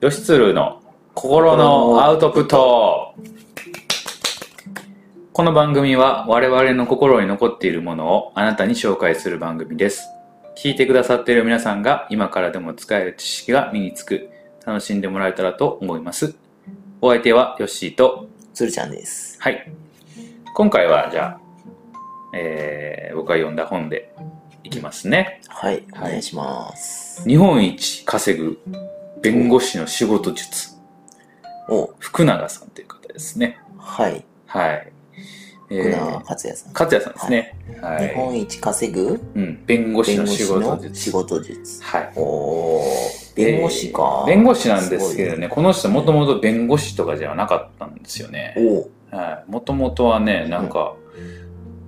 吉鶴の心のアウトプットこの番組は我々の心に残っているものをあなたに紹介する番組です聞いてくださっている皆さんが今からでも使える知識が身につく楽しんでもらえたらと思いますお相手はヨッシーと鶴ちゃんです。はい今回はじゃあ、えー僕が読んだ本でいきますねはい、おはい願いします。日本一稼ぐ弁護士の仕事術お、福永さんという方ですねはい、はい。え福永ー、克也さん。勝也さんですね。はい。日本一稼ぐうん。弁護士弁の護仕士事の仕術。事術。はい。おー、弁護士か。えー弁護士なんですけどね。ね、この人もともと弁護士とかではなかったんですよね。おはい。もともとはね、なんか、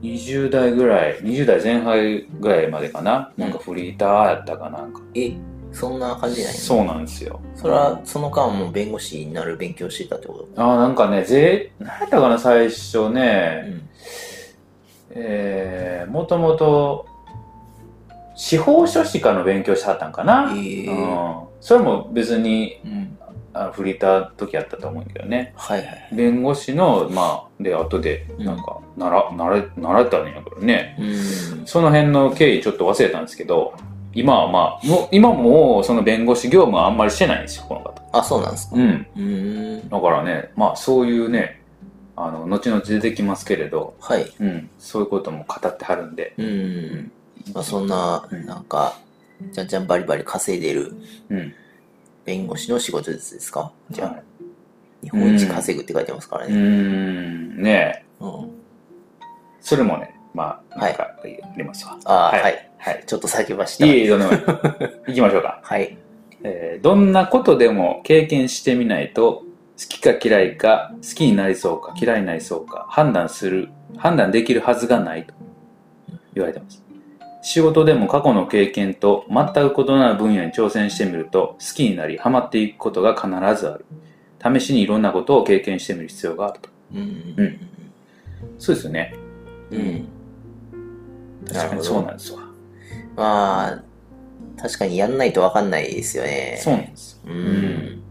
20代ぐらい、20代前半ぐらいまでかな。なんかフリーターやったかなんか。え、そんな感じなんや。そうなんですよ。それは、その間も弁護士になる勉強してたってこああ、なんかね、ぜ、何やったかな、最初とね、ん。えー、もともと、司法書士科の勉強してはったんかな。えー、うんそれも別にうん。あフリーター時やったと思うんだけどねはいはい。弁護士のまあで後でうんなんか習,、習え習ったんやけどねうん。その辺の経緯ちょっと忘れたんですけど今はまあもう今もうその弁護士業務はあんまりしてないんですよこの方あ、そうなんですか。うんうーん。だからねまあそういうねあの後々出てきますけれど、はい。うん、そういうことも語ってはるんで、うん。まあ、そんな、うんなんか、じゃんじゃんバリバリ稼いでるうん、弁護士の仕事術ですかじゃあ、あ日本一稼ぐって書いてますからうーね。んねえうん。それもねまあなんかありますわ、あはーいはい。はいちょっと先走った。いえいえ、とんでもない。行きましょうか、はい。えーどんなことでも経験してみないと、好きか嫌いか、好きになりそうか嫌いになりそうか、判断する、判断できるはずがないと言われてます。仕事でも過去の経験と全く異なる分野に挑戦してみると、好きになり、ハマっていくことが必ずある。試しにいろんなことを経験してみる必要があると。うん。そうですよね。うん。うん。確かにそうなんですわ。まあ、確かにやんないとわかんないですよね。そうなんですう。うん。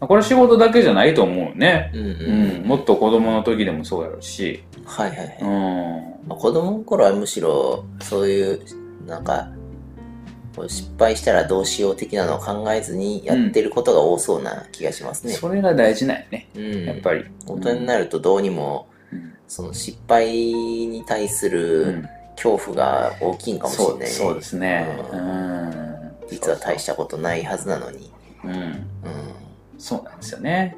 よ。これ仕事だけじゃないと思うよね。うん。うん、うもっと子供の時でもそうやろうし、ん。はいはいはい。うん、まあ子供の頃はむしろ、そういう、なんか、こう失敗したらどうしよう的なのを考えずにやってることが多そうな気がしますね。それが大事なんよね、うん。やっぱり。大人になるとどうにも、うんその失敗に対すうるん恐怖が大きいんかもしれそなういね。そうですね。ううんん。実は大ししたことないはずなのに。た。うん。うん。そうなんですよね。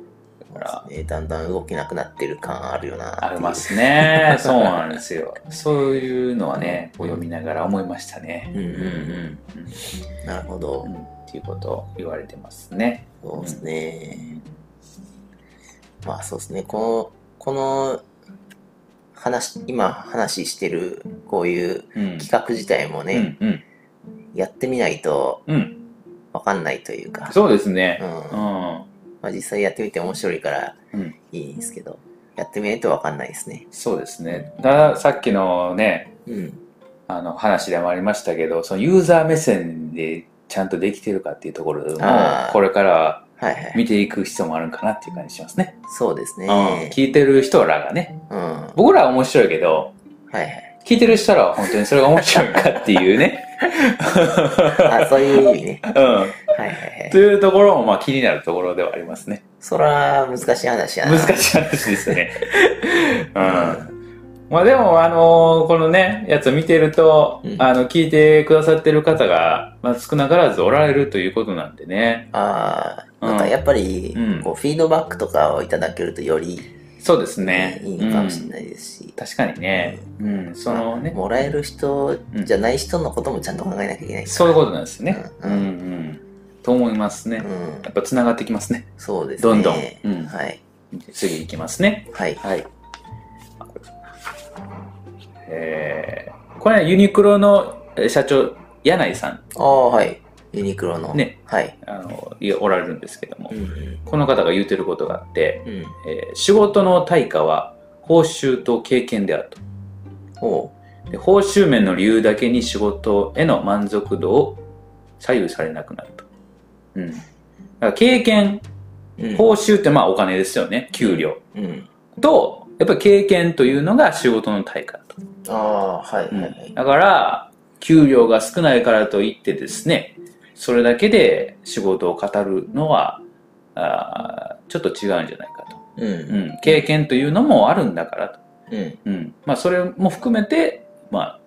だから、ね、だんだん動けなくなってる感あるよな。ありま。すね。そうなんですよ。そういうのはね、お読みながら思いましたね。うんうんうんなるほうどん。う。んっていうことを言われてますね。そうですね。まあそうですね。この、この、話、今話してる、こういううん。企画自体もね、うん。うん。やってみないとうん。わかんないというか。そうですね。うんうん。まあ、実際やってみて面白いからうんいいんですけど、やってみないと分かんないですね。そうですね。ただ、さっきのね、うん。あの話でもありましたけど、そのユーザー目線でちゃんとできてるかっていうところもあー、これからはいはい。見ていく必要もあるんかなっていう感じしますね。そうですね。うん聞いてる人らがね、うん。は僕らは面白いけど、いはい。聞いてる人らは本当にそれが面白いかっていう ね。あ、そういう意味ね。うん。とはいはいはい。いうところもまあ気になるところではありますね。そら、難しい話やな。難い。しい話ですね。うん。まあでも、あのこのね、やつを見てると、うんあの、聞いてくださってる方が、まあ少なからずおられるということなんでね。ああ、なんかやっぱり、うんこう、フィードバックとかをいただけるとよりそうですね。いいかもしれい。ないですし。確かにね。うん、そのね、もらえる人じゃない人のこともちゃんと考えなきゃいけない。そういうことなんですね。ううんん、うん。と思いますねう。んや。っぱ繋がってきますね。そうですね。どんどんうんはい。次行きますね。はい。はい。えー、これはユニクロのえー社長、柳井さん、ああ、はい。ユニクロの。ね。はい。あの、いおられるんですけどもう、ん。この方が言うてることがあって、うん。えー仕事の対価は報酬と経験であると。おう。で報酬面の理由だけに仕事への満足度を左右されなくなると。うん。から経験、うん報酬ってまあお金ですよね。給料。うん。と、やっぱり経験というのが仕事の対価だと。ああ、はいはういんはい。だから、給料が少ないからといってですね、それだけで仕事を語るのは、あーちょっと違うんじゃないかと。うう。んん、経験というのもあるんだからと。うん。うん。まあ、それも含めて、まあ、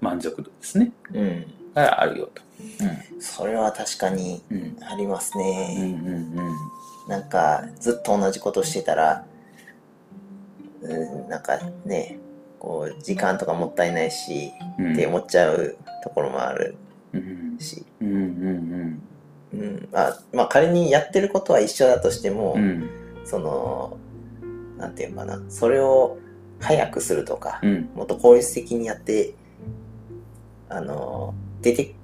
満足度ですね。うん。があるよと。それは確かにうん。うん。ありますうんね。うんうん。なんか、ずっと同じことしてたら、うん、なんかね、こう、時間とかもったいないし、うんって思っちゃうところもあるうんし、うんうんうん。まあ、まあ仮にやってることは一緒だとしても、うんうんその、なんていうのかな、それを早くするとか、うんもっと効率的にやって、あの、出て、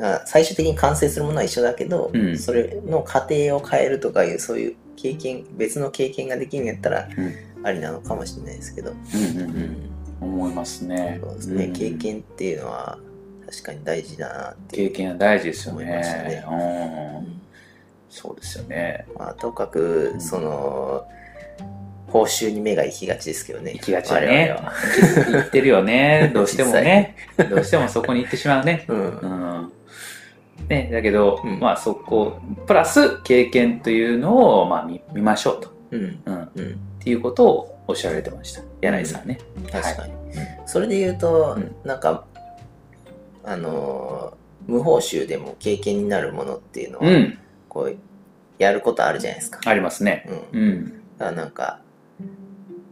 あ最終的に完成するものは一緒だけど、うんそれの過程を変えるとかいう、そういう経験、別の経験ができるんやったら、ありなのかもしれないですけど、うんうんうん思いますねそうですね、うん経験っていうのは確かに大事だなっていう経験は大事ですよね思いましたうんそうですよねまあ、とかく、うんその、報酬に目が行きがちですけどね。行きがちだね我々は言ってるよ ねどうしてもねどうしてもそこに行ってしまうねうんうんねだけど、うんまあそこプラス経験というのを、まあ、見見ましょうと、うん。うん、っうん。ていうことをおっしゃられてました柳井さんね、確かに。それで言うと、うんなんか、あのー無報酬でも経験になるものっていうのは、うんこう、やることあるじゃないですか。ありますねうん。だうんからなんか、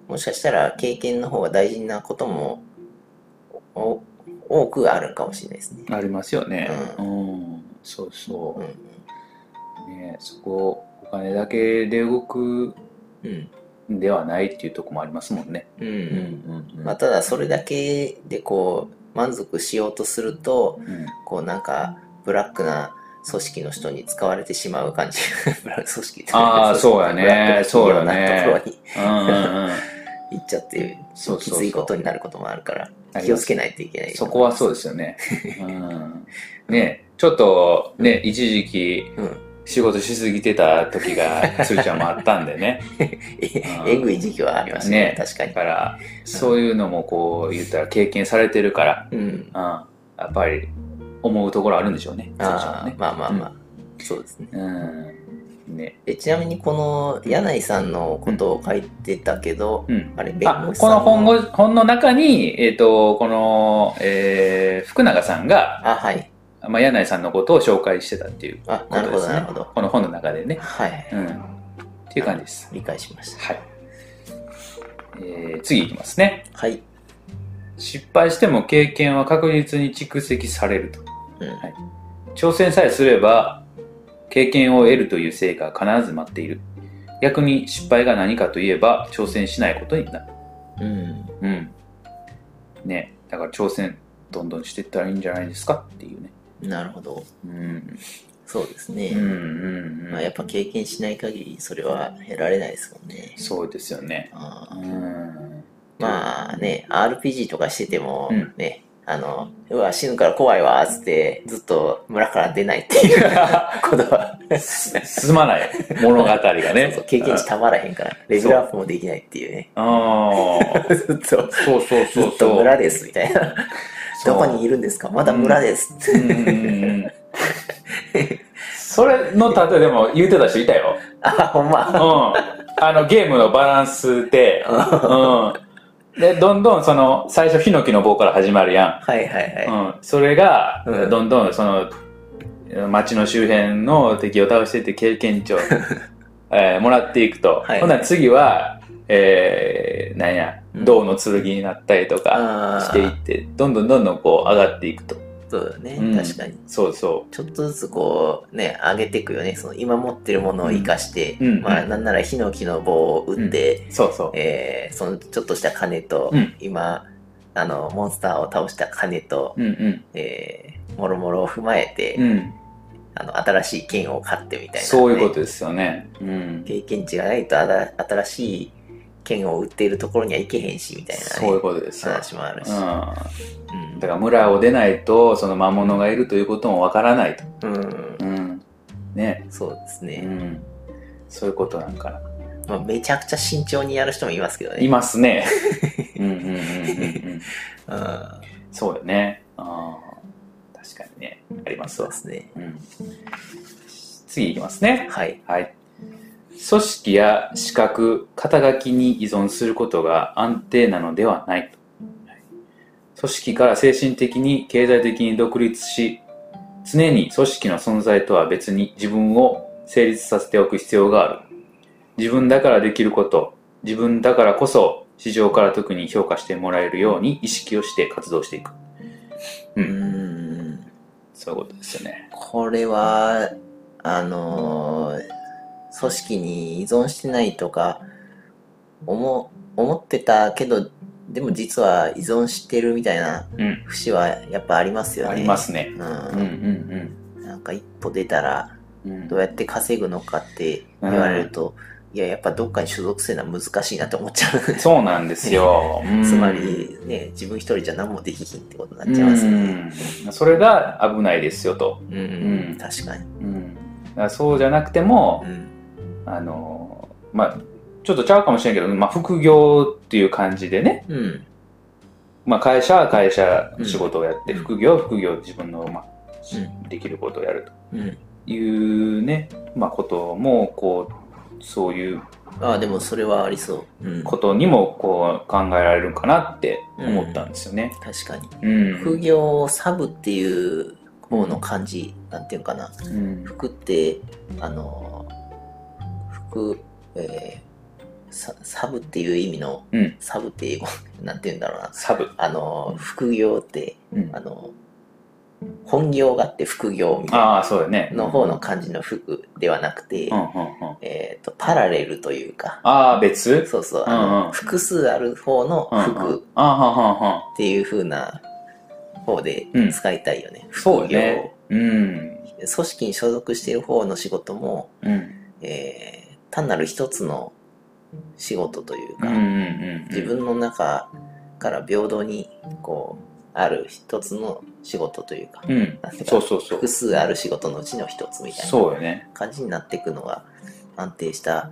もしかしたら経験の方が大事なことも、お多くあるかもしれないですね。ありますよねううん、そうそう、うん。ね、そこお金だけで動くうん。んではないっていうとこもありますもんね。うん。うう。んんまあ、ただそれだけでこう、満足しようとすると、うんこうなんか、ブラックな組織の人に使われてしま う感じ。ブラック組織ってあーそうやねブラックな企業なそうやねところにうんうんうん 行っちゃって、そうそきうそうついことになることもあるから、あります気をつけないといけない。そこはそうですよね。うん、ねちょっとね一時期うん。仕事しすぎてた時がつーちゃんもあったんでね。え えぐい時期はありましたねね、確かだに。からそういうのもこう言ったら経験されてるから、うん。うん、やっぱり思うところあるんでしょうね。つーちゃんもああ、ね。まあまあまあ、そうですね。うん、ね、えちなみにこの柳井さんのことを書いてたけど、うん。あれ、弁あ護士こさんの本語本の中に、えっとこの、えー福永さんが、あ、はい。まあ、柳井さんのことを紹介してたっていうあ、こなとるでほど、すなるねほど。この本の中でね、はい。うん、っていう感じです理解しましはた。い、えー次いきますねはい。失敗しても経験は確実に蓄積されるとうん。挑戦さえすれば経験を得るという成果が必ず待っている逆に失敗が何かといえば挑戦しないことになるうん。うん。ね、だから挑戦、どんどんしていったらいいんじゃないですかっていうね。なるほど。うん。そうですね。うんうんうん。まあ、やっぱ経験しない限りそれは得られないですもんね。そうですよね。あうーん。まあね、RPG とかしててもうんね、あの、うわ、死ぬから怖いわ、つって、ずっと村から出ないっていうことは、進まない物語がね。そうそう経験値たまらへんから、レベルアップもできないっていうね。ああ。ずっと、そうそうずそうっそとう。村です、みたいな。そうどこにいるんですかまだ村です。うんうんうん。それの例えでも言うてた人いたよ。あ、ほんうんま。。あの、ゲームのバランスで、うん。で、どんどんその、最初、ヒノキの棒から始まるやん。はいはいはうん、それが、うんどんどんその町の周辺の敵を倒していって経験 値を、えーもらっていくと、はいほな次は、えー、なんやうん銅の剣になったりとあかーしていってどんどんどんどんこう上がっていくと、い。そうだねう、ん確かに。そうそちょっとずつこうね、上げていくよね。その今持ってるものを活かして、うんまあなんならヒノキの棒を打って、うそうそうえーそのちょっとした金と、うん今、あの、モンスターを倒した金と、うんうんえー、もろもろを踏まえて、うんあの、新しい剣を買ってみたいな、そういうことですよね、うん、経験値がないと、あら新しい剣を売っているところには行けへんし、みたいな、ね、そういうことですよ、話もあるし。ううんん、だから村を出ないとその魔物がいるということもわからないと、うん。うん、ね。そうですうね。ん。そういうことなんかな。まあ、めちゃくちゃ慎重にやる人もいますけどね。いますね。 うんうんうんうんうん。うん。そうよね。ああ。確かにね。ありますそうわで。すね。うん。次いきますね。はい。はい。組織や資格、肩書きに依存することが安定なのではないと。はい組織から精神的に経済的に独立し、常に組織の存在とは別に自分を成立させておく必要がある。自分だからできること、自分だからこそ市場から特に評価してもらえるように意識をして活動していく。う、うんん。そういうことですよね。これは、あのー組織に依存してないとか、思、思ってたけど、でも実は依存してるみたいなうん、節はやっぱありますよね。ありますね。うん。うんうんなんか一歩出たら、うん。うんどうやって稼ぐのかって言われると、いや、やっぱどっかに所属するのは難しいなって思っちゃう。そうなんですよ。うん つま、り、ね、自分一人じゃ何もできひんってことになうっちゃいますね。ん、それが危ないですよと。うん、うん確かに。うん、だからそうじゃなくてもう、ん、あの、まあ、ちょっとちゃうかもしれんけど、まあ、副業っていう感じでね、うん、まあ、会社は会社の仕事をやって、うん副業は副業自分の、まあ、しうできることをやるうん。というね、まあ、ことも、こう、そういうああ、でもそれはありそう。うん、ことにも、こう、考えられるかなって思ったんですよね。確かに。うん。副業をサブっていう方の漢字、なんていうかな。うん服って、あの、服、えーササブっていう意味の、うんサブって英語、なんていうんだろうな。サブ。あの、副業って、うんあの、本業があって副業みたいなああ、そうだね。の方の漢字の服ではなくて、うんうんうん。えっ、と、パラレルというか、ああ、別そうそう、あのうんうん複数ある方のうんうん服ああ、はんはんはん。っていう風な方でうん使いたいよね。そう副業ね。うん。組織に所属している方の仕事も、うん。えー単なる一つの仕事といううんうか、んうん。自分の中から平等に、こう、ある一つの仕事というか、うんなんてい。かそうそうそう複。数ある仕事のうちの一つみたいなそうよね。感じになっていくのが安定した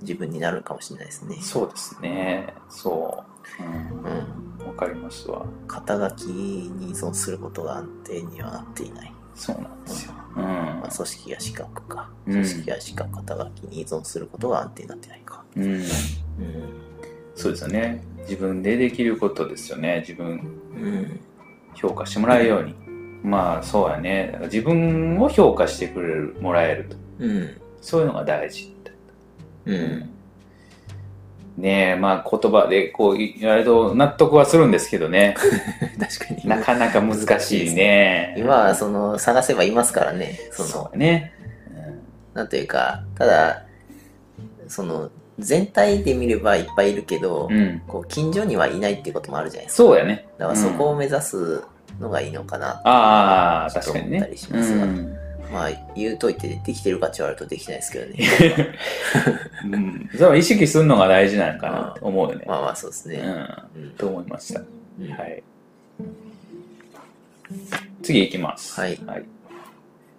自分になるかもしれないですね。そうですね。そう。うん。うん。わかりますわ。肩書きに依存することが安定にはなっていない。そうなんですよ。うまあ、組織や資格か。うん組織や資格、肩書きに依存することが安定になってないか。ん。うん。うん。そうですよね。自分でできることですよね。自分、うん。評価してもらえるように。まあ、そうやね。だから自分を評価してくれる、もらえると。うん。そういうのが大事。 うん。ねえ、まあ言葉でこう言われると納得はするんですけどね。確かに。なかなか難しいね。今は、その、探せばいますからね。そその、うね。なんというか、ただ、その、全体で見ればいっぱいいるけど、うん。こう、近所にはいないっていうこともあるじゃないですか。そうやね。だからそこを目指すのがいいのかな。ああ、確かにちょっと思ったねりし。うますがんまあ、言うといて、できてるかって言われるとできないですけどね。 うん。それは意識するのが大事なのかなって思うよね。まあまあ、そうですうね。ん。うんと思いました。はうんい。次いきます。はい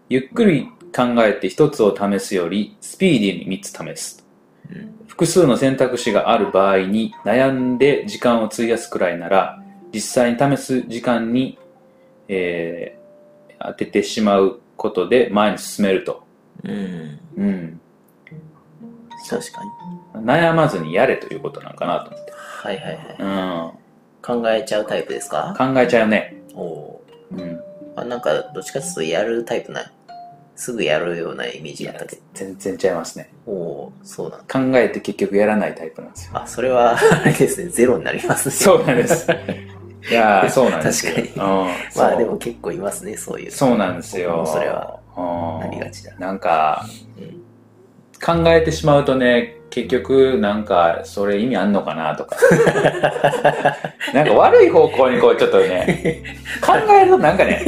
ゆっくり考えて一つを試すより、スピーディーに三つ試す。うん複数の選択肢がある場合に悩んで時間を費やすくらいなら実際に試す時間に、えー当ててしまうことで前に進めると、うん。うん、確かに。悩まずにやれということなんかなと思って、はいはいはい。う考えちゃうタイプですかん、考えちゃうよね、おおうん、ー。あ、なんか、どっちかっていうと、やるタイプない。すぐやるようなイメーいジがやあったけど。全然ちゃいますねおおーそうなんだ。考えて結局やらないタイプなんですよあ、それは、 あれですね、ゼロになりますね。そうなんです い やーそうなんですよ確かうん、まあそうでも結構いますね、そういう。そうなんですよ僕もそれは、うんなりがちだなんかうん考えてしまうとね結局なんかそれ意味あんのかなと かなんか悪い方向にこうちょっとね考えるとなんかね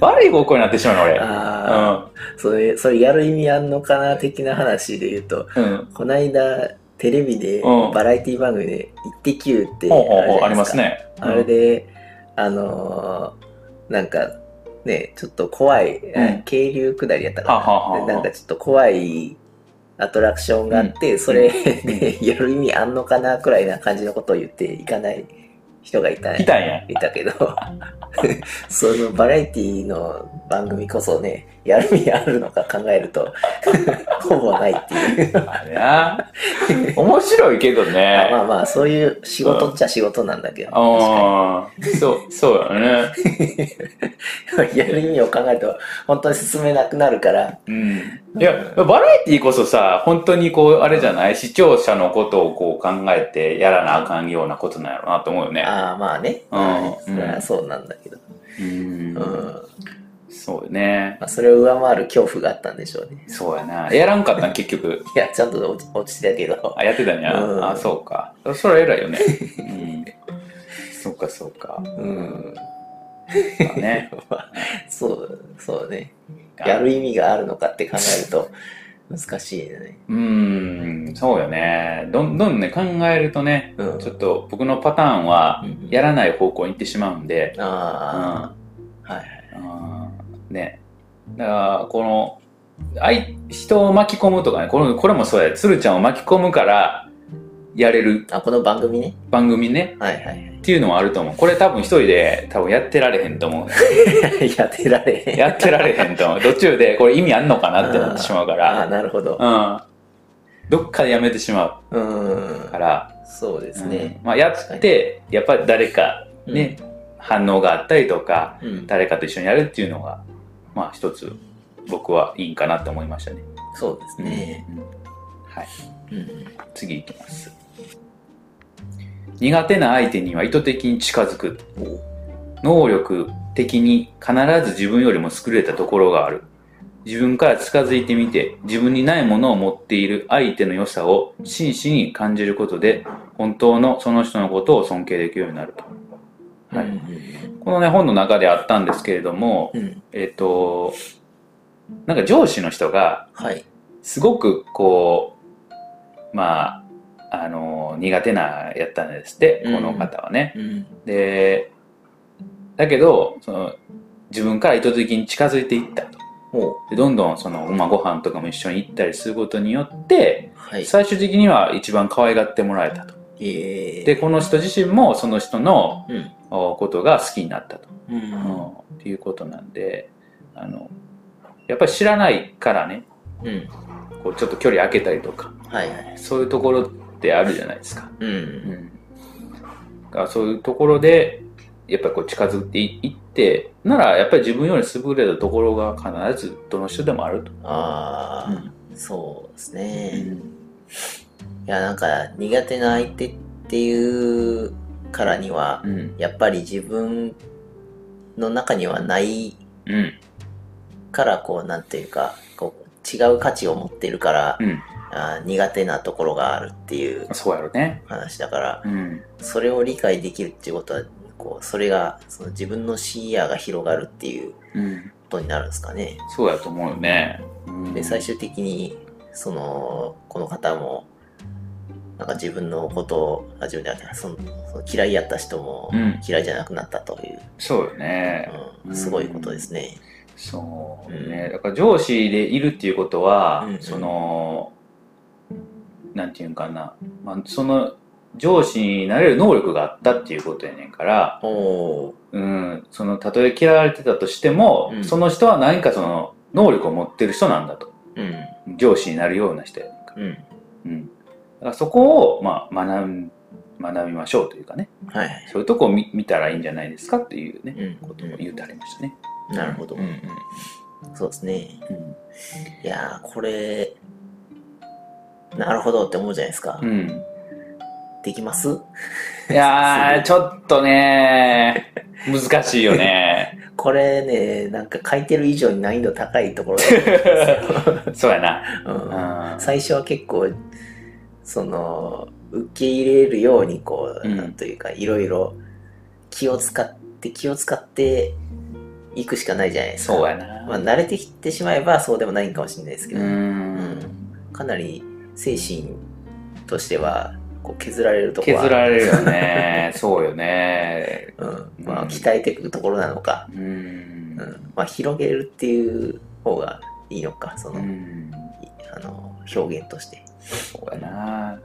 悪い方向になってしまうのあそれ、それやる意味あんのかな、的な話で言うと、俺うんうんこないだ、テレビで、うんバラエティ番組で、イッテ Q ってほうほうほうあありるじゃないでかますねあれで、あのーなんか、ね、ちょっと怖い、ん渓流下りやったはあかはあはな。あでなんかちょっと怖いアトラクションがあって、それ で、やる意味あんのかなくらいな感じのことを言っていかない人がいたいたんや。いたけど、 そのバラエティの番組こそね、やる意味あるのか考える と、ほぼないっていう。あれな。面白いけどね。 まあまあ、そういう仕事っちゃ仕事なんだけど、確ああ、そう、そうやね。かに やる意味を考えると、本当に進めなくなるから、うん。いや、バラエティこそさ、本当にこう、あれじゃない視聴者のことをこう考えてやらなあかんようなことなんやろうなと思うよね。ああまあね、うんまあそれうんはそうなんだけど、う。うんんそうよね。まあ、それを上回る恐怖があったんでしょうね。 そうやな。やらんかったん、結局。いや、ちゃんと落ち落ちてたけど、あ、やってたんや。うんあ、そうか。それは偉いよ ね。うん。そうか、そう か。うん、まあね。そう、そうね。やる意味があるのかって考えると、難しいね。うーん、そうよね。どんどんね、考えるとね、うんちょっと僕のパターンはうんうん、やらない方向に行ってしまうんで、うん、あああ、はいはい。ーね。だから、この、あい、人を巻き込むとかね、このこれもそうや、鶴ちゃんを巻き込むから、やれるあ、この番組ね。番組ね、はいはいはい。っていうのはあると思う。これ多分一人で多分やってられへんと 思う。やってられへん。やってられへんと思う。途中でこれ意味あんのかなって思ってしまうかああ、ら、なるほど。うん。どっかでやめてしまううんか。ら、そうですね。うんまあ、やってやっぱり誰か、ね反応があったりとかうん。誰かと一緒にやるっていうのがまあ一つ僕はいいんかなと思いましたね、そうですね。うんはい、うん。次いきます苦手な相手には意図的に近づく能力的に必ず自分よりも優れたところがある自分から近づいてみて自分にないものを持っている相手の良さを真摯に感じることで本当のその人のことを尊敬できるようになると、はいうんこのね本の中であったんですけれどもうん。えっ、となんか上司の人がはい。すごくこう、まあ、あの、苦手なやったんですって、うんこの方はね。うん。で、だけど、その、自分から意図的に近づいていったと。おうでどんどんその、まあ、ご飯とかも一緒に行ったりすることによって、はい。最終的には一番可愛がってもらえたと。ええ。で、、この人自身もその人のうん。おことが好きになったと。う。うんん、っていうことなんで、あの、やっぱり知らないからね、うん。こうちょっと距離開けたりとか、はいはい。そういうところってあるじゃないですか。う。うんん。だからそういうところで、やっぱりこう近づいていって、ならやっぱり自分より優れたところが必ずどの人でもあると。ああ、そうですね。うんいや、なんか苦手な相手っていうからには、うん。やっぱり自分の中にはないうん。から、こう、なんていうか、こう、違う価値を持ってるから、うん。あー苦手なところがあるっていうそうやろね。話だから、うん。それを理解できるっていうことは、こう、それが、その自分の視野が広がるっていうこうん。とになるんですかね。そうやと思うよね。うんで、最終的に、その、この方も、なんか自分のことを、あ自分じゃなくて、そのその嫌いやった人もうん嫌いじゃなくなったという、そうよね。うんすごいことですね。そうね。だから上司でいるっていうことは、うんその、なんていうんかな。まあ、その上司になれる能力があったっていうことやねんから、おおうん、その、たとえ嫌われてたとしても、うんその人は何かその、能力を持ってる人なんだと。ー。うん。上司になるような人やねんかうん。ら。うん。だからそこを、まあ、学ん、学びましょうというかね。はいはい。そういうとこを見見たらいいんじゃないですかっていうね、うん。ことも言うてありましたね。なるほどうん。うんそうですね。うん。いやー、これ、なるほどって思うじゃないですか。うん。できますい やー、ちょっとね難しいよね。これね、なんか書いてる以上に難易度高いところだと思うん ですそうやな。ようんうん。最初は結構その受け入れるようにこうう、んなんというかいろいろ気を使って気を使っていくしかないじゃないですかそうやまあ、な。慣れてきてしまえばそうでもないんかもしれないですけうど、ん。かなり精神としてはこう削られるところは削られるよね。そうよね。うんうまあ、ん鍛えていくところなのか、うん。うんまあ、広げるっていう方がいいのかその,、うん。あの表現としてそうやな。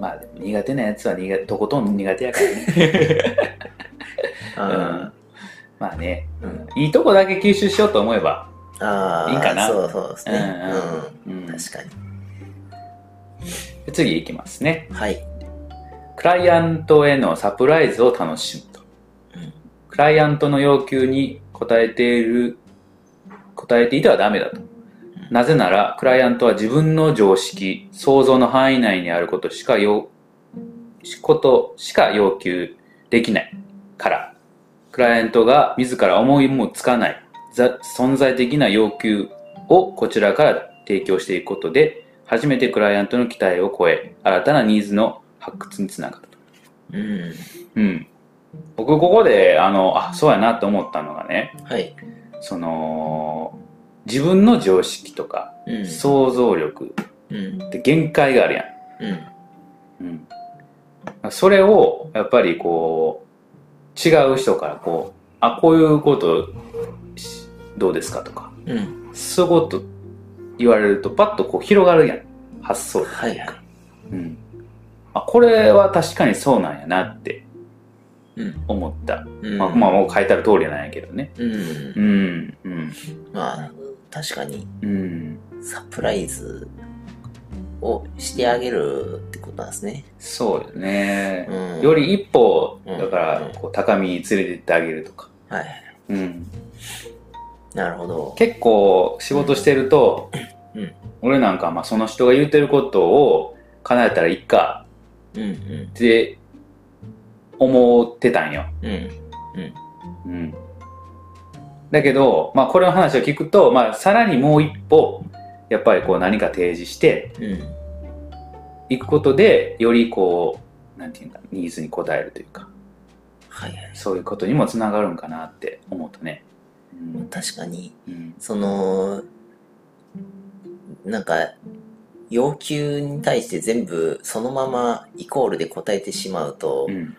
まあ、でも苦手なやつは苦手、とことん苦手やからね。うん。まあね、うんいいとこだけ吸収しようと思えば。ああいいかなそうそうですねううん。ん、確かにで次いきますね。はい、クライアントへのサプライズを楽しむと。うんクライアントの要求に応えている、応えていてはダメだと。なぜなら、クライアントは自分の常識、想像の範囲内にあることしか要、ことしか要求できないから。クライアントが自ら思いもつかない、ざ存在的な要求をこちらから提供していくことで、初めてクライアントの期待を超え、新たなニーズの発掘につながると。うん、うん。僕、ここで、あの、あ、そうやなと思ったのがね、はい、その、自分の常識とか、うん、想像力うんって限界があるやうんん。うん。それを、やっぱりこう、違う人からこう、あ、こういうことし、どうですかとか、うんそういうこと言われると、パッとこう広がるやん。発想が。はいはいうん。あ、これは確かにそうなんやなってうん思った。うんまあ、まあ、もう書いてある通りなんやけどね。うんうん、うん、まあ確かにうん。サプライズをしてあげるってことなんですね。そうよね。うん、より一歩、うんだから、こう高みに連れてってあげるとか。はい。うん。なるほど。結構、仕事してると、うん俺なんか、まあ、その人が言うてることを叶えたらいいかうんうんって思ってたんよ。うんうん。だけど、まあ、これの話を聞くと、まあ、さらにもう一歩、やっぱりこう何か提示して、うん行くことでよりこうなんていうんだニーズに応えるというかはいはい。そういうことにもつながるんかなって思うとねうん確かにうんそのなんか要求に対して全部そのままイコールで答えてしまうと、うん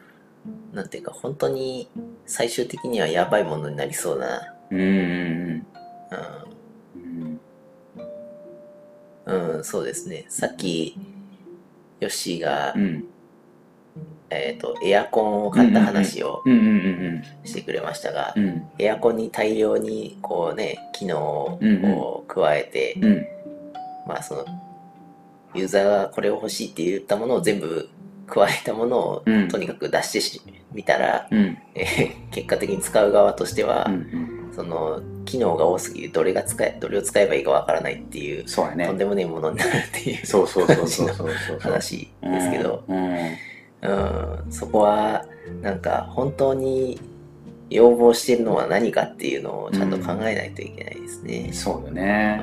なんていうか本当に最終的にはやばいものになりそうだうんうんな。うんうんうん、そうですね。さっき、ヨッシーが、うんえっ、と、エアコンを買った話をうんうんうんしてくれましたが、うんうんエアコンに大量に、こうね、機能を加えて、うんまあ、その、ユーザーがこれを欲しいって言ったものを全部加えたものをうんとにかく出してしみたら、うんえー結果的に使う側としてはう、んその、機能が多すぎる、どれが使え、どれを使えばいいかわからないっていう、そうやとんねでもねえものになるっていうそうそうそうそうそうそう 話ですけど、うんうんうん、そこはなんか本当に要望してるのは何かっていうのをちゃんと考えないといけないですね。そうようね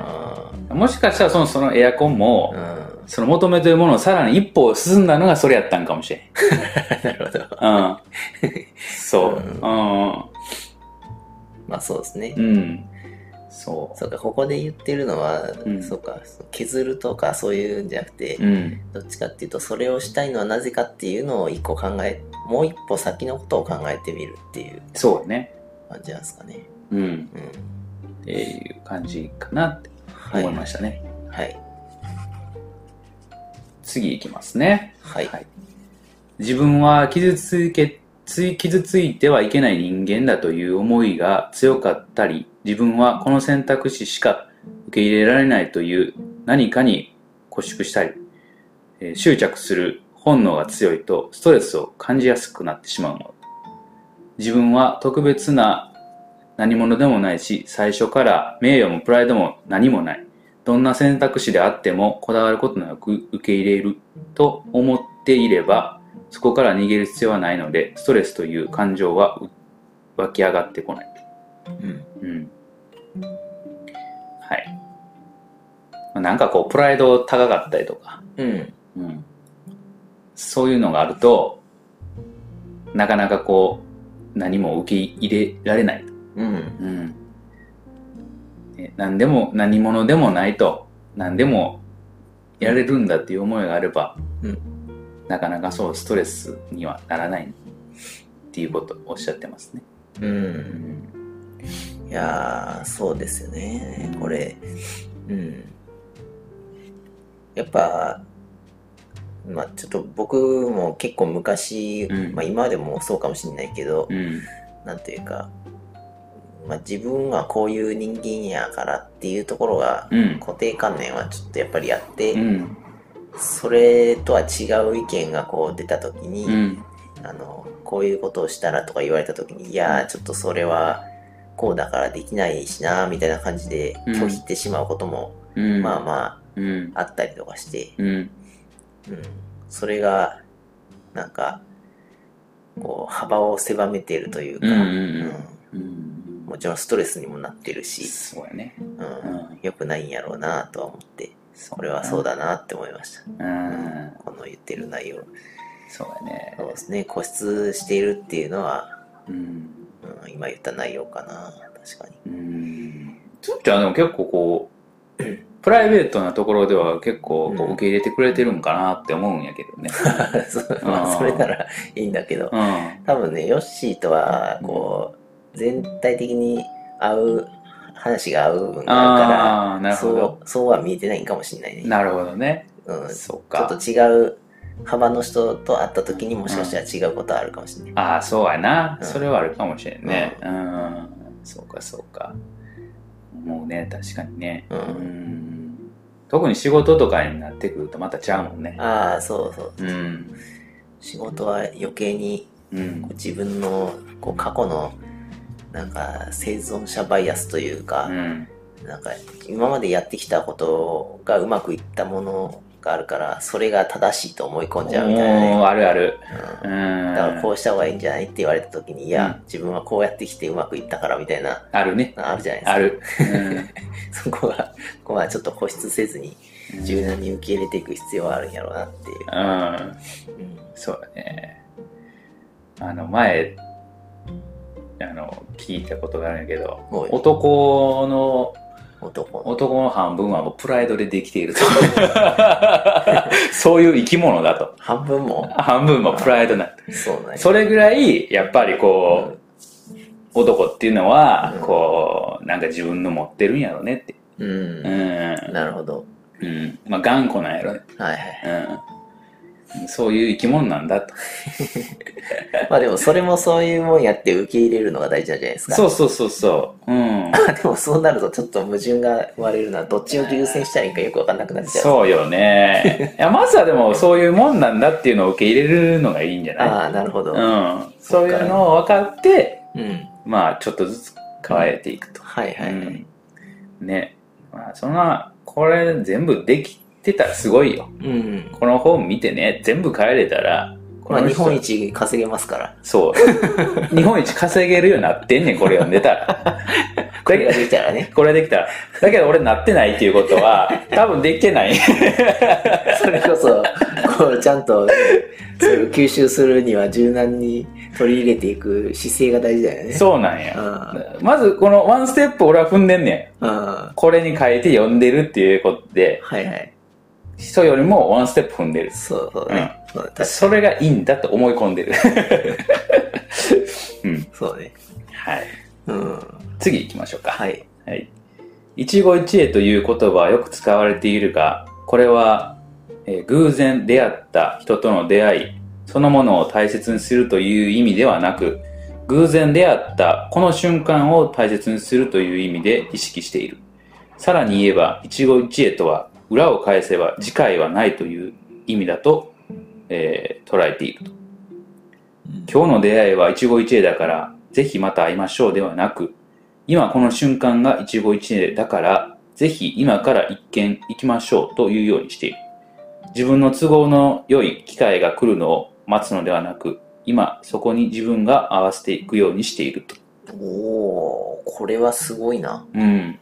んもしかしたらそのそのエアコンもうん、その求めてるものをさらに一歩進んだのがそれやったんかもしれん なるほど。うんそううんうんまあそうですね。うん。そそうか、ここで言ってるのは、うんそうか、削るとかそういうんじゃなくて、う。うん。どっちかっていうと、それをしたいのはなぜかっていうのを一個考え、もう一歩先のことを考えてみるっていうそうね。感じなんですかね。うん。うん。っていう感じかなっては思いい。ましたね。はい。次いきますね。はい。自分は傷つけ、つ傷ついてはいけない人間だという思いが強かったり、自分はこの選択肢しか受け入れられないという何かに固縮したり、えー執着する本能が強いとストレスを感じやすくなってしまうもの。自分は特別な何者でもないし、最初から名誉もプライドも何もない。どんな選択肢であってもこだわることなく受け入れると思っていれば、そこから逃げる必要はないので、ストレスという感情はう湧き上がってこない。うん。うん。はい。まあなんかこう、プライド高かったりとか、うん。うん。そういうのがあると、なかなかこう、何も受け入れられない。うん。うん。ね何でも、何者でもないと、何でもやれるんだっていう思いがあれば、うんなかなかそう、ストレスにはならないっていうことをおっしゃってますね。うんう。ん。いやー、そうですよね。これ、うん。やっぱ、まあちょっと僕も結構昔、うんまあ今でもそうかもしれないけど、うん。なんていうか、まあ自分はこういう人間やからっていうところが、うん。固定観念はちょっとやっぱりあって、うん。それとは違う意見がこう出た時に、うん。あのこういうことをしたらとか言われた時にいやーちょっとそれはこうだからできないしなーみたいな感じでうん拒否ってしまうことも、うん。まあまうん。ああったりとかして、うん。うん、それがなんかこう幅を狭めてるというか、うんうんうんうんうん。もちろんストレスにもなってるし、そうやね。う、うんん。よくないんやろうなとは思ってそこれはそう。だなって思いました、うん。この言ってる内容そうやねそう。ですね固執しているっていうのは、うん。うん、今言った内容かな確かに。 うん。つっちゃんでも結構こう、プライベートなところでは結構こううん受け入れてくれてるんかなって思うんやけどね。そうあーまあそれならいいんだけ ど、うん。多分ね、ヨッシーとは、こう、全体的に合う、話が合う分があるああー、かなるら、ほど。そう、そうは見えてないんかもしれないね。なるほどね。うん、ちそうょか。っと違う幅の人と会った時にもしかしたら違うことはあるかもしれない。ああ、そうやな。うんそれはあるかもしれんね。う。うんそうか、そうか。もうね、確かにね。うんん特に仕事とかになってくるとまたちゃうもんね。ああ、そうそう。うん。仕事は余計にうん。自分のこう過去のなんか生存者バイアスというか、うん。なんか今までやってきたことがうまくいったものがあるからそれが正しいと思い込んじゃうみたいなおね、ーあるある。う。うんん、だからこうした方がいいんじゃないって言われた時にいや、うん自分はこうやってきてうまくいったからみたいなあるね。あるじゃないですかある。 そこはここはちょっと固執せずにうん。柔軟に受け入れていく必要はあるんやろうなっていう、うん。うん、そうだね。あの、前、あの、聞いたことがあるんやけど、もう男の、男の男の半分はもうプライドでできていると。そういう生き物だと。半分も半分もプライドなんだそうなんやそれぐらい、やっぱりこう、男っていうのはう、んこう、なんか自分の持ってるんやろねって。うん、う。うん なるほどうん。まあ、頑固なんやろね。はいはいうん。そういう生き物なんだと。 まあでもそれもそういうもんやって受け入れるのが大事なんじゃない ですかそうそうそうそう。うん。でもそうなるとちょっと矛盾が生まれるなどっちを優先したらいいかよく分かんなくなっちゃうそうよ ね。いや、まずはでもそういうもんなんだっていうのを受け入れるのがいいんじゃないああなるほど、うん。そそっうかいうのを分かって、うんまあ、ちょっとずつ変えていくと。はいはい、うんうんね。まあ、そんな、これ全部できてたらすごいよ。この本見てね、全部変えれたら、こまあの日人本一稼げます からそう。日本一稼げるようになってんねん、これ読んでたら。 だこれけがどできたらねこれできたら。だけど俺なってないっていうこと は、多分できて ない。 それこそこうちゃんとそれを吸収するには柔軟に取り入れていく姿勢が大事だよねそうなんや。うまず、このワンステップ俺は踏んでんねん。うんはこれに変えて読んでるっていうことで、いはい人よりもワンステップ踏んでる。そうそうだね、そうだ確かそれがいいんだと思い込んでる。うん。にそうねはい。うん 次行きましょうか。はいはい。一期一会という言葉はよく使われているが、これは、えー偶然出会った人との出会い、そのものを大切にするという意味ではなく、偶然出会ったこの瞬間を大切にするという意味で意識している。さらに言えば、一期一会とは、裏を返せば次回はないという意味だと、えー捉えていると。今日の出会いは一期一会だから、ぜひまた会いましょうではなく、今この瞬間が一期一会だから、ぜひ今から一見行きましょうというようにしている。自分の都合の良い機会が来るのを待つのではなく、今そこに自分が合わせていくようにしていると。おおーこれはすごいなうん。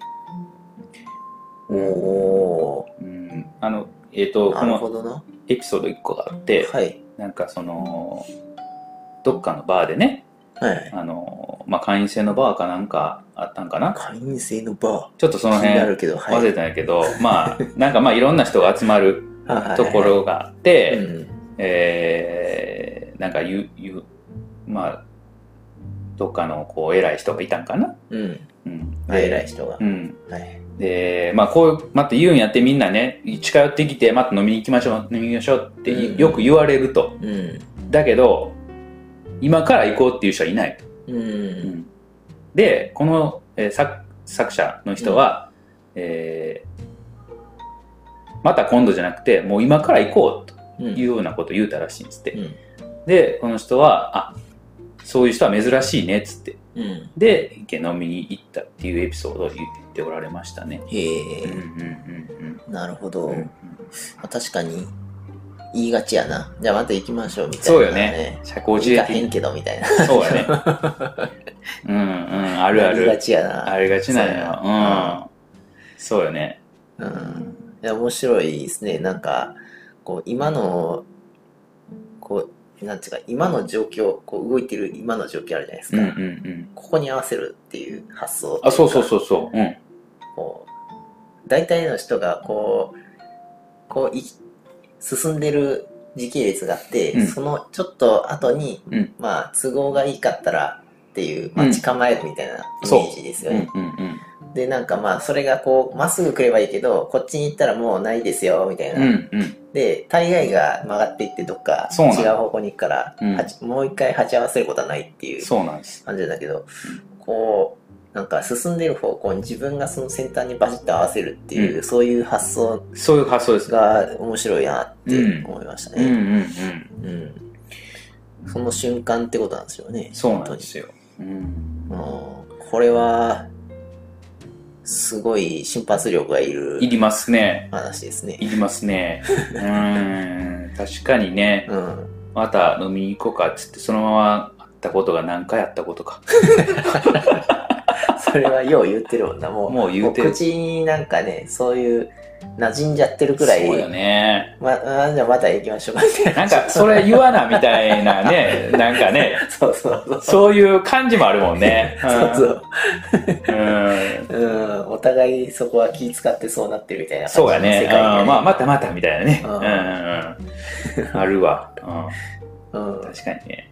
おおうん、あの、えっ、と、ーなこるほのどなエピソード1個があって、はいなんかその、どっかのバーでね、はいはいあの、まあ、会員制のバーかなんかあったんかな。会員制のバちょっとそーの気に辺なるけど、はい、忘れたんやけど、まあ、なんかまあいろんな人が集まるところがあって、うんえー、なんかゆ、ゆ、まあ、どっかのこう偉い人がいたんかなうんうん。で偉い人がう。ん。はい。で、まあこう、また言うんやってみんなね、近寄ってきて、また飲みに行きましょう、飲みに行きましょうっていうんよく言われると。うん。だけど、今から行こうっていう人はいない。う。うんんで、この、えー作作者の人は、えーまた今度じゃなくて、もう今から行こうとうん。いうようなことを言うたらしいんですって。うん。で、この人は、あ、そういう人は珍しいねっつって。うん。で、一軒飲みに行ったっていうエピソードを言っておられましたね。へうんうんえ、なるほうんど。うんうん。まあ確かに、言いがちやな。じゃあまた行きましょう、みたいな。そうよね。。社交辞行か令へん的けど、みたいな。そうやね。 うんうん、あるあ言いがる。ちやな。ありがちなんそうや。やうん。そうよね。うん。いや、面白いですね。なんか、こう、今の、こう、なんていうか、今の状況、こう、動いてる今の状況あるじゃないですうんか。うんうん。ここに合わせるっていう発想。あ、そうそうそうそう。うん。こう、大体の人が、こう、こう、い進んでる時系列があって、うんそのちょっと後に、うんまあ、都合がいいかったら、っていう待ち構えるみたいなイそうメージですうよんね。うんで、なんかまあ、それがこう、まっすぐ来ればいいけど、こっちに行ったらもうないですよ、みたいうん。な。うんうん。で、大概が曲がっていってどっかそうなの違う方向に行くから、うんはちもう一回鉢合わせることはないっていうそうなんです。感じだけど、こう、なんか進んでる方向に自分がその先端にバシッと合わせるっていう、うそういう発想そういう発想です。が面白いなって思いましうたんうんね。うん。うん。その瞬間ってことなんですよね。そうなんですよ。うん。本当に。うん。これは、すごい瞬発力がいるいりますね。話ですね。いりますね。うーん。確かにね、うん。また飲みに行こうかっつって、そのまま会ったことが何回あったことか。それはよう言ってるもんな、もう。もう言うてもるう。口になんかね、そういう、馴染んじゃってるくらい、そうよね。ま、あじゃあまた行きましょうかみたいなな。んか、それ言わなみたいなね、 なんかね、そうそうそ う。そういう感じもあるもんね。うんそうそう。うんうん、お互いそこは気使ってそうなってるみたいなそうやね。世界がうんまあ、またまたみたいなね。ううんんうんうん。あるわ。ううんん。確かにね。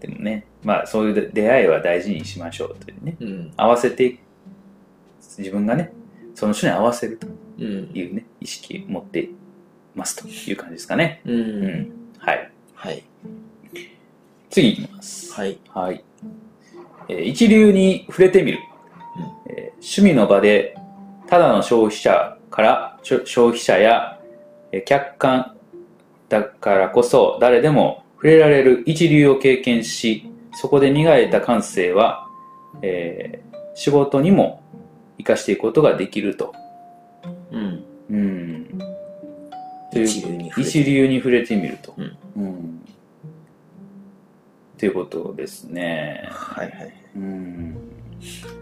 でもね、まあ、そういう出会いは大事にしましょうというね。うん。合わせていく、自分がね、その人に合わせるとうん。いうね、意識を持ってますという感じですかね。うう。んん。はい。はい。次いきます。はい。はい。えー一流に触れてみる、えー趣味の場で、ただの消費者から、しょ消費者や、えー客観だからこそ、誰でも触れられる一流を経験し、そこで磨いた感性は、えー仕事にも活かしていくことができると。うん。うん。という一流に触れて一流に触れてみると。うんうん。ということですね。はいはい。うん。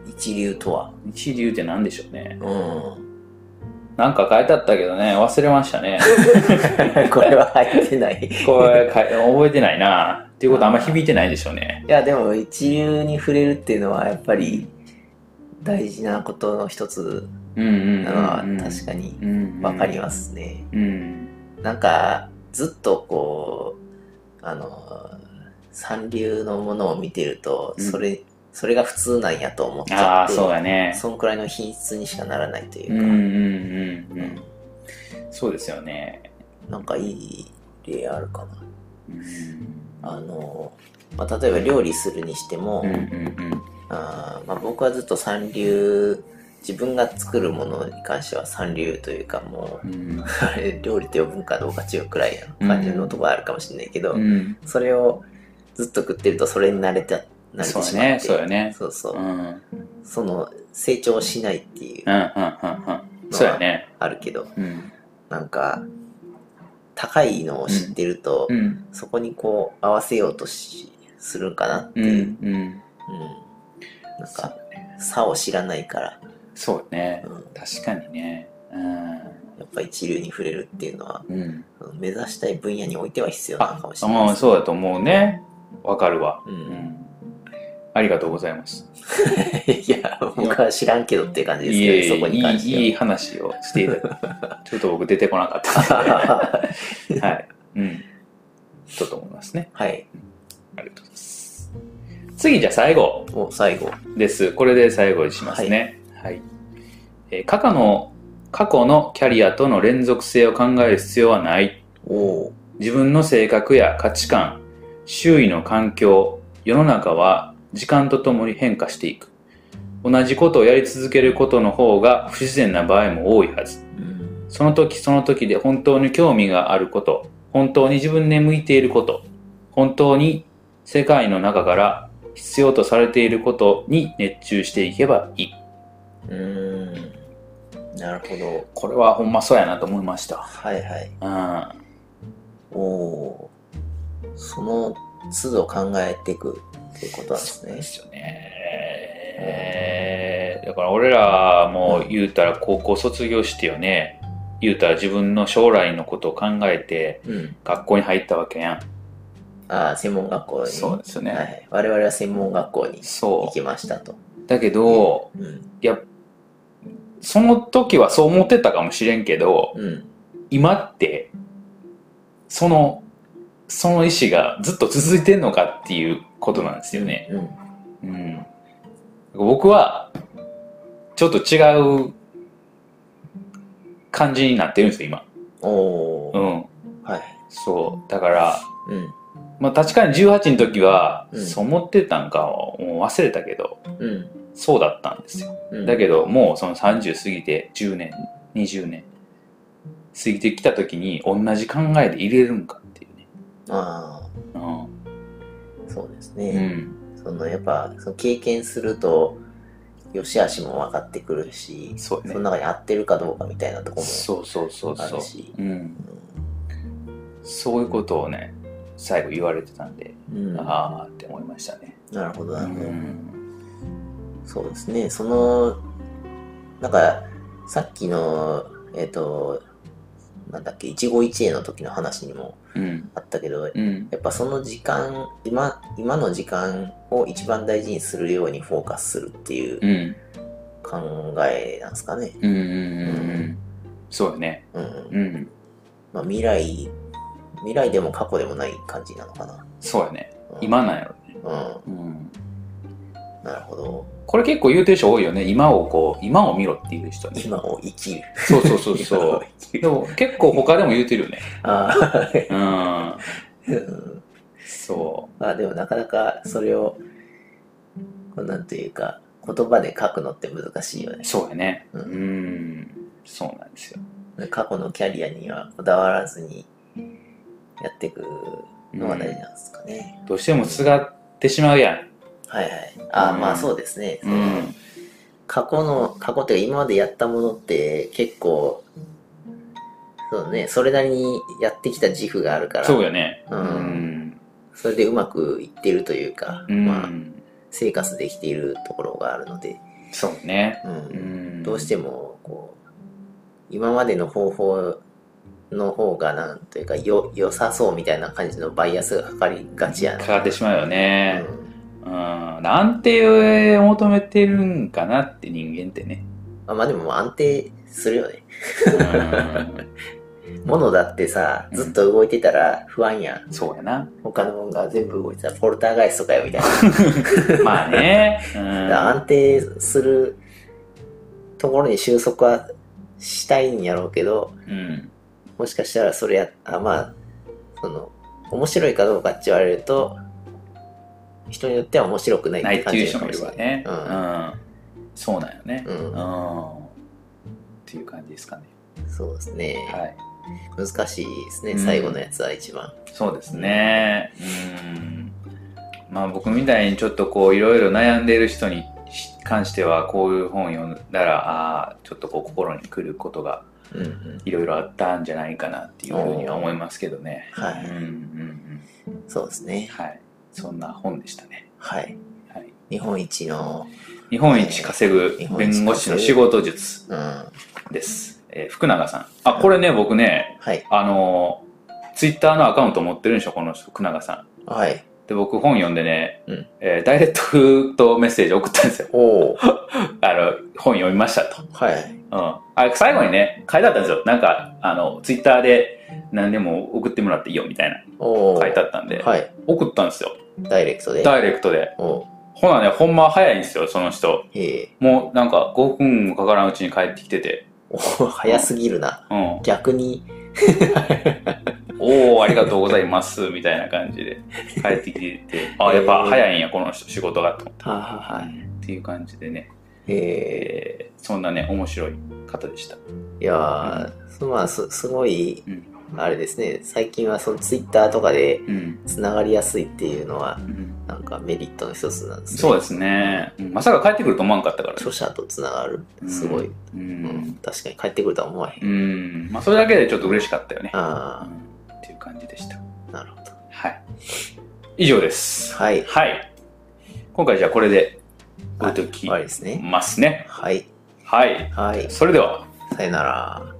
一流とは。一流って何でしょうね。 うん。なんか書いてあったけどね、忘れましたね。これは入ってない。 いこれかい覚えてないな。っていうことあんま響いてないでしょうね。や、でも一流に触れるっていうのはやっぱり大事なことの一つうんうんうんうん。なのは確かにに。うん。わかりまますね。す。うん。なんか、ずっとこう、あの、三流のものを見てると、うんそれ、それが普通なんやと思っちゃあっあ、て、そうだね。そんくらいの品質にしかならないといううんか、うんうんうん。そうですよね。なんかいい例あるかな。うんあの、まあ、例えば料理するにしても、うんうんあーまあ、僕はずっと三流、自分が作るものに関しては三流というかもうう、 ん。あれ料理って呼ぶんかどうか中くらいの感じのところあるかもしれないけど、うん。それをずっと食ってるとそれに慣れた、慣れてしそうまっだて。ね。そうよね。そうそうう。ん。うんうんその成長しないっていう、うんうん。そうやね。あるけど、うん。なんか、高いのを知ってると、うん。そこにこう合わせようとし、するんかなってういう。ん。うん。うん。なんか、差を知らないから、そうねう。ん、確かにね。やっぱ一流に触れるっていうのは、うん。うん。うん目指したい分野においては必要なのあかもしれないあであす。そうだと思うねわかるわうん うんありがとうございますいや、僕は知らんけどっていう感じいでえいすけど、そこえに関いしていは。いい話をしてい ただいてちょっと僕出てこなかったのではいうんちょっと思いますねはい。ありがとうございます次じゃあ最後お、最後。です。これで最後にしますね。はい。えー過去の、過去のキャリアとの連続性を考える必要はない。おー自分の性格や価値観、周囲の環境、世の中は時間とともに変化していく。同じことをやり続けることの方が不自然な場合も多いはず。うん。その時その時で本当に興味があること、本当に自分で向いていること、本当に世界の中から必要とされていることに熱中していけばいい。うーん。なるほど。これはほんまそうやなと思いました。はいはい。うん。おおー。その都度考えていくっていうことなんですでね。すよね。えーだから俺らも言うたら高校卒業してよね。言うたら自分の将来のことを考えてうん。学校に入ったわけやん。ああ、専門学校に。ですよはいは。い。我々は専門学校に行そきましたと。う。だけど、うん。いや、その時はそう思ってたかもしれんけど、うん。今って、その、その意思がずっと続いてんのかっていうことなんですよね。うん。うん。僕は、ちょっと違う感じになってるんですよ、今。おうー。ん。はい。そう。だから、うん。まあ確かに18の時は、うんそう思ってたんかはもう忘れたけど、うん。そうだったんですよ。うん。だけど、もうその30過ぎて10年、20年、過ぎてきた時に同じ考えで入れるんかっていうね。ああ、うん。そうですうね。ん。そのやっぱ、その経験すると、良し悪しも分かってくるし、そうそねの。中に合ってるかどうかみたいなとこもそうそうそうあそるう。し。うん。そういうことをね、最後言われてたんで、うん、なああって思いましたね。るほうど、なるほど。ん。そうですね。その、なんか、さっきの、えっ、と、なんだっけ、一期一会の時の話にもうん。あったけど、うん。やっぱその時間、今、今の時間を一番大事にするようにフォーカスするっていううん。うん。考えなんですかね。うん。うん。そうよね。うん。うん。まあ未来、未来でも過去でもない感じなのかな。そうよね。うん、今なんやろね。うん。うん。なるほど。これ結構言うてる人多いよね。今をこう、今を見ろっていう人ね。今を生きる。そうそうそう今そをう。生きでる。も結構他でも言うてるよね。ああ、うん。うんそまあでもなかなかそれを、こうなんというか、言葉で書くのって難しいよねう。。そうやね。ううんん。そうなんですよ。過去のキャリアにはこだわらずにやっていくのが大事なんですかね。どうしてもすがってしまうやん。はいはい。ああ、うんまあそうですね。そうのん。過去の、過去っていうか今までやったものって結構、そうね、それなりにやってきた自負があるから、そうよね。ううんん。それでうまくいってるというか、うん。まあ、生活できているところがあるので、そうね。うんうん。どうしても、こう、今までの方法の方が、なんというか、よ、良さそうみたいな感じのバイアスがかかりがちやかな。かってしまうよねう。んうん。安定を求めてるんかなって人間ってね。あまあでも安定するよね。 うん。物だってさ、ずっと動いてたら不安やん。そうやな。他のものが全部動いてたらポルターガイストかよみたいな。まあね。うだからん。安定するところに収束はしたいんやろうけど、うん。もしかしたらそれや、あまあ、その、面白いかどうかって言われると、人によっては面白くないっないてって感いじう人かもいもしるれわない。ね。ううん。そうなんよね。うんうん。っていう感じですかね。そうですね。はい。難しいですうね、ん最後のやつは一番。そうですね。うん。まあ僕みたいにちょっとこういろいろ悩んでいる人に関してはこういう本を読んだら、ああ、ちょっとこう心に来ることがうんうんいろいろあったんじゃないかなっていうふうには思いますけどね。はうんうんい。うん。そうですね。はい。そんな本でしたね。はい。はい。日本一の、日本一稼ぐ弁護士の仕事術うん。はです。えー福永さん。あ、これね、僕ね、い。あのー、ツイッターのアカウント持ってるんでしょ、この人、福永さん。はい。で、僕本読んでね、うんえーダイレクトメッセージ送ったんですよ。 おお。あの、本読みましたと。はい。うん。あ、最後にね、書いてあったんですよ。なんか、あの、ツイッターで何でも送ってもらっていいよみたいなおお。書いてあったんで、はい。送ったんですよ。ダイレクトで。ダイレクトで。おほなね、ほんま早いんですよ、その人。へえ。もうなんか5分もかからんうちに帰ってきてて。お早すぎるな。うん。逆に、おー、ありがとうございます、みたいな感じで帰ってきてて、 あ、やっぱ早いんや、この人、仕事がと思って。はははっていう感じでね、い。へえ。えーそんなね、面白い方でした。いやー、そまあ、す、すごいうん、あれですね。最近はそのツイッターとかでうん。つながりやすいっていうのは、うんなんかメリットの一つなんですね。そうですね。うんまさか帰ってくると思わんかったからね著者とつながる。すごい。ううんん。確かに帰ってくるとは思わへん。うん。まあ、それだけでちょっと嬉しかったよね。うあんっていう感じでした。あ、なるほど。はい。以上です。はい。はい。今回じゃあこれで置いと終きわりですね。ますね。はい。はい。はい。それでは。さよなら。